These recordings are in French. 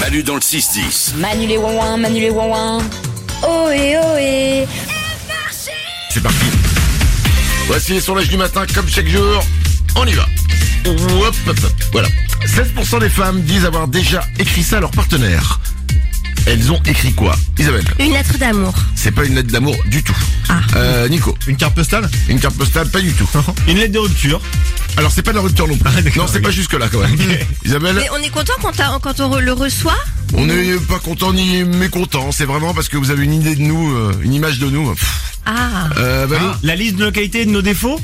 Manu dans le 6-10. Manu les ouin Manu les ouin Ohé, ohé. C'est parti. Voici les sondages du matin, comme chaque jour. On y va. Hop, hop, hop. Voilà. 16% des femmes disent avoir déjà écrit ça à leur partenaire. Elles ont écrit quoi Isabelle Une lettre d'amour. C'est pas une lettre d'amour du tout. Euh, Nico Une carte postale Une carte postale, pas du tout. Une lettre de rupture Alors c'est pas de la rupture non plus. Ah, d'accord, non, c'est ok. pas jusque là quand même. Isabelle, Mais on est content quand, t'as- quand on re- le reçoit on n'est pas content ni mécontent. C'est vraiment parce que vous avez une idée de nous, euh, une image de nous. Pff. Ah. Euh, Valou La liste de nos qualités et de nos défauts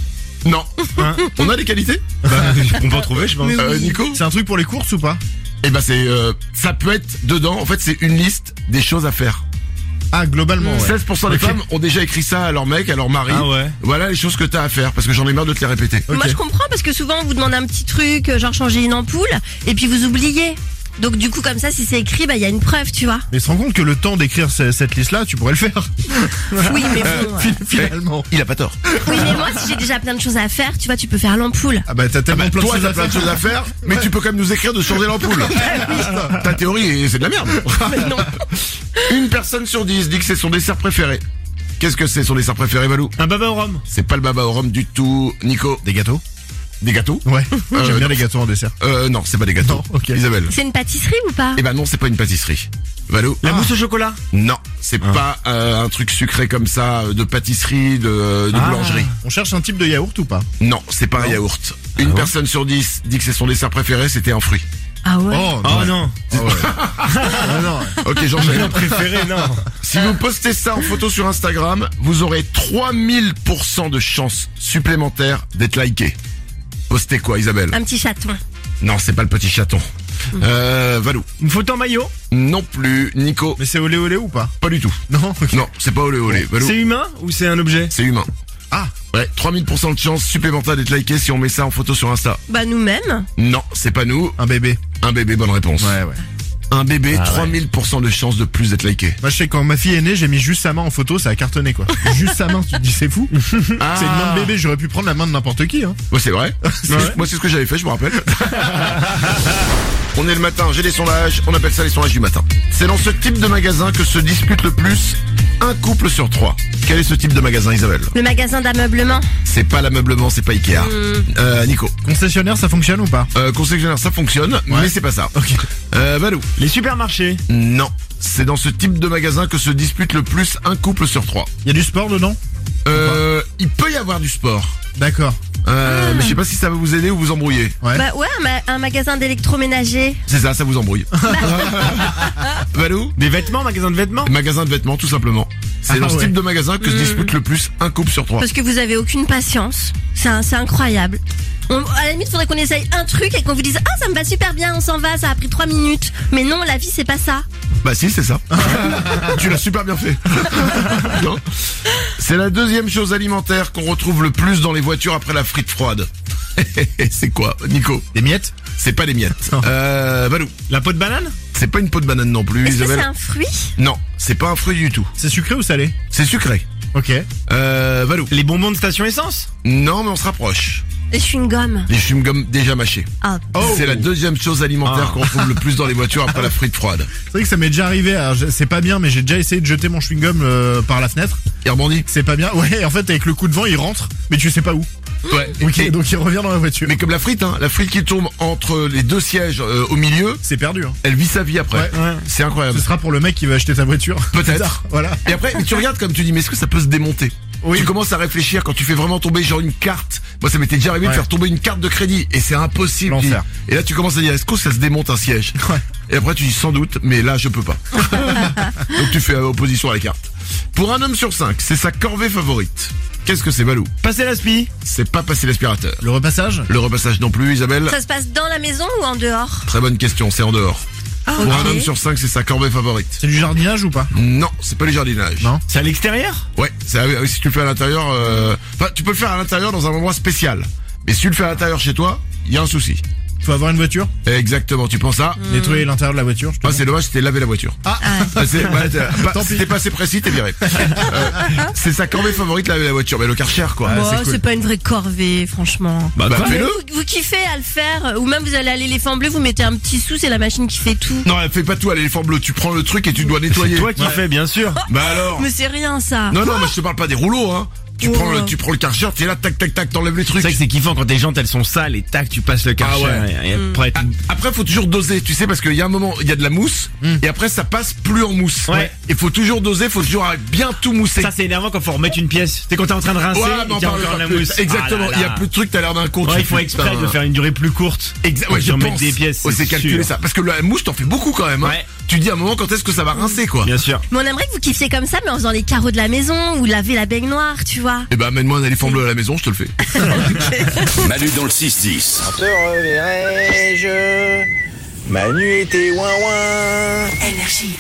Non. Hein on a des qualités Bah, On peut en trouver, je pense. Euh, Nico C'est un truc pour les courses ou pas Eh ben c'est, euh, ça peut être dedans. En fait, c'est une liste des choses à faire. Ah, globalement, ouais. 16% des Ok. femmes ont déjà écrit ça à leur mec, à leur mari. Ah ouais. Voilà les choses que t'as à faire parce que j'en ai marre de te les répéter. Moi je comprends parce que souvent on vous demande un petit truc, euh, genre changer une ampoule, et puis vous oubliez. Donc du coup comme ça si c'est écrit, bah il y a une preuve, tu vois. Mais se rend compte que le temps d'écrire ce- cette liste-là, tu pourrais le faire. Oui mais bon. euh, Finalement. Il a pas tort. Oui mais moi si j'ai déjà plein de choses à faire, tu vois, tu peux faire l'ampoule. Ah bah t'as tellement plein de Toi, choses t'as à plein faire. de choses à faire, mais tu peux quand même nous écrire de changer l'ampoule. Ta théorie, c'est de la merde. Une personne sur dix dit que c'est son dessert préféré. Qu'est-ce que c'est son dessert préféré, Valou Un baba au rhum. C'est pas le baba au rhum du tout, Nico. Des gâteaux Des gâteaux Ouais. J'aime non. bien les gâteaux en dessert. Euh, non, c'est pas des gâteaux. Non, ok. Isabelle. C'est une pâtisserie ou pas Eh ben non, c'est pas une pâtisserie. Valou Ah. La mousse au chocolat Non, c'est Ah. pas euh, un truc sucré comme ça, euh, de pâtisserie, de, euh, de boulangerie. Ah. On cherche un type de yaourt ou pas Non, c'est pas un yaourt. Ah Une personne sur dix dit que c'est son dessert préféré, c'était un fruit. Ah ouais. ouais. non. Ah ouais. Ah non. Ok, j'enchaîne. Préféré, non. Si vous postez ça en photo sur Instagram, vous aurez 3000% de chances supplémentaires d'être liké. Postez quoi, Isabelle Un petit chaton. Non, c'est pas le petit chaton. Mmh. Euh, Valou. Une photo en maillot Non plus. Nico. Mais c'est olé olé ou pas Pas du tout. Non. ok. Non, c'est pas olé olé. Valou. C'est humain ou c'est un objet C'est humain. Ah. Ouais, 3000% de chances supplémentaires d'être liké si on met ça en photo sur Insta. Bah nous-mêmes. Non, c'est pas nous. Un bébé. Un bébé, bonne réponse. ouais. Un bébé, 3000% de chances de plus d'être liké. Moi je sais quand ma fille est née, j'ai mis juste sa main en photo, ça a cartonné quoi. juste sa main, tu te dis c'est fou. Ah. C'est une main de bébé, j'aurais pu prendre la main de n'importe qui. Hein. Ouais, c'est vrai. Moi, c'est ce que j'avais fait, je me rappelle. on est le matin, j'ai des sondages, on appelle ça les sondages du matin. C'est dans ce type de magasin que se dispute le plus un couple sur trois. Quel est ce type de magasin, Isabelle Le magasin d'ameublement. C'est pas l'ameublement, c'est pas Ikea. Euh, Nico. Concessionnaire, ça fonctionne ou pas Euh, concessionnaire, ça fonctionne, mais c'est pas ça. Euh, Valou. Les supermarchés. Non. C'est dans ce type de magasin que se dispute le plus un couple sur trois. Il y a du sport dedans Euh, il peut y avoir du sport. D'accord. Euh, Mais je sais pas si ça va vous aider ou vous embrouiller. Ouais. Bah ouais, un, ma- un magasin d'électroménager. C'est ça, ça vous embrouille. Valou Des vêtements, magasin de vêtements. Magasin de vêtements, tout simplement. C'est Ah dans ce ouais. type de magasin que se dispute le plus un couple sur trois. Parce que vous avez aucune patience. C'est un- c'est incroyable. On- à la limite, faudrait qu'on essaye un truc et qu'on vous dise Ah, ça me va super bien, on s'en va, ça a pris trois minutes. Mais non, la vie, c'est pas ça. Bah si, c'est ça. tu l'as super bien fait. Non. c'est la deuxième chose alimentaire qu'on retrouve le plus dans les voitures après la frite froide. c'est quoi, Nico Des miettes C'est pas les miettes. Non. Euh, Valou, La peau de banane c'est pas une peau de banane non plus, Est-ce que c'est Isabelle. un fruit Non, c'est pas un fruit du tout. C'est sucré ou salé C'est sucré. Ok. Euh, Valou. Les bonbons de station essence Non, mais on se rapproche. Je suis une gomme. Les chewing-gums déjà mâchés. Ah, Oh. C'est la deuxième chose Ah. alimentaire qu'on trouve le plus dans les voitures après la frite froide. C'est vrai que ça m'est déjà arrivé, alors je- c'est pas bien, mais j'ai déjà essayé de jeter mon chewing-gum euh, par la fenêtre. Il rebondit C'est pas bien. Ouais, en fait, avec le coup de vent, il rentre, mais tu sais pas où. Ouais. Ok, Et- donc il revient dans la voiture. Mais comme la frite, hein, la frite qui tombe entre les deux sièges euh, au milieu, C'est perdu, hein. elle vit sa vie après. Ouais. Ouais. C'est incroyable. Ce sera pour le mec qui va acheter ta voiture. Peut-être. voilà. Et après, mais tu regardes comme tu dis, mais est-ce que ça peut se démonter Oui. Tu commences à réfléchir quand tu fais vraiment tomber genre une carte. Moi, ça m'était déjà arrivé de Ouais. faire tomber une carte de crédit et c'est impossible. L'enfer. Et là, tu commences à dire, est-ce que ça se démonte un siège Ouais. Et après, tu dis sans doute, mais là, je peux pas. Donc, tu fais euh, opposition à la carte. Pour un homme sur cinq, c'est sa corvée favorite. Qu'est-ce que c'est, Valou Passer la spie. C'est pas passer l'aspirateur. Le repassage Le repassage non plus, Isabelle. Ça se passe dans la maison ou en dehors Très bonne question, c'est en dehors. Pour un Ah, ok. homme sur cinq, c'est sa corvée favorite. C'est du jardinage ou pas Non, c'est pas les jardinages. Non. C'est à l'extérieur Ouais, c'est, ah oui, si tu le fais à l'intérieur, euh, enfin, tu peux le faire à l'intérieur dans un endroit spécial. Mais si tu le fais à l'intérieur chez toi, il y a un souci. Faut avoir une voiture, Exactement, tu penses à nettoyer l'intérieur de la voiture. je te Ah, c'est dommage, c'était laver la voiture. Ah, Ah, c'est- ouais, t'as- pas- Tant pis. C'était pas assez précis, t'es viré. Euh, c'est sa corvée favorite, laver la voiture, mais le Karcher, quoi. Ah, bon, c'est cool. c'est pas une vraie corvée, franchement. Bah, quoi fais-le. Vous, vous kiffez à le faire, ou même vous allez à l'éléphant bleu, vous mettez un petit sou, c'est la machine qui fait tout. Non, fais pas tout à l'éléphant bleu, tu prends le truc et tu dois nettoyer. Toi qui fais, bien sûr. Bah alors Mais c'est rien ça. Non, non, mais je te parle pas des rouleaux, hein. Tu Ouais. prends le, tu prends le Karcher, t'es là, tac, tac, tac, t'enlèves les C'est trucs. vrai que c'est kiffant quand tes jantes elles sont sales et tac, tu passes le Ah karcher. ouais. et après, tu- Après, faut toujours doser, tu sais, parce qu'il y a un moment, il y a de la mousse, et après, ça passe plus en mousse. Hmm. Ouais. Et faut toujours doser, faut toujours bien tout mousser. Ça, c'est énervant quand faut remettre une pièce. T'es quand t'es en train de rincer Ah, Ouais, et mais on qu'il y a parle encore de la plus. mousse. Exactement, Ah là il y a là. plus de trucs, t'as l'air d'un con. Ouais, tu il faut fais, exprès putain. de faire une durée plus courte. Exa- ouais, Pour je remettre pense. des pièces. Ouais, c'est calculé sûr. ça. Parce que la mousse, t'en fais beaucoup quand même. Hein. Ouais. Tu dis à un moment quand est-ce que ça va rincer quoi. Bien sûr. Mais on aimerait que vous kiffiez comme ça, mais en faisant les carreaux de la maison, ou laver la baignoire, tu vois. Eh ben, amène-moi un Mm. éléphant bleu à la maison, je te le fais. Manu dans le 6-10. Te reverrai-je Manu était ouin ouin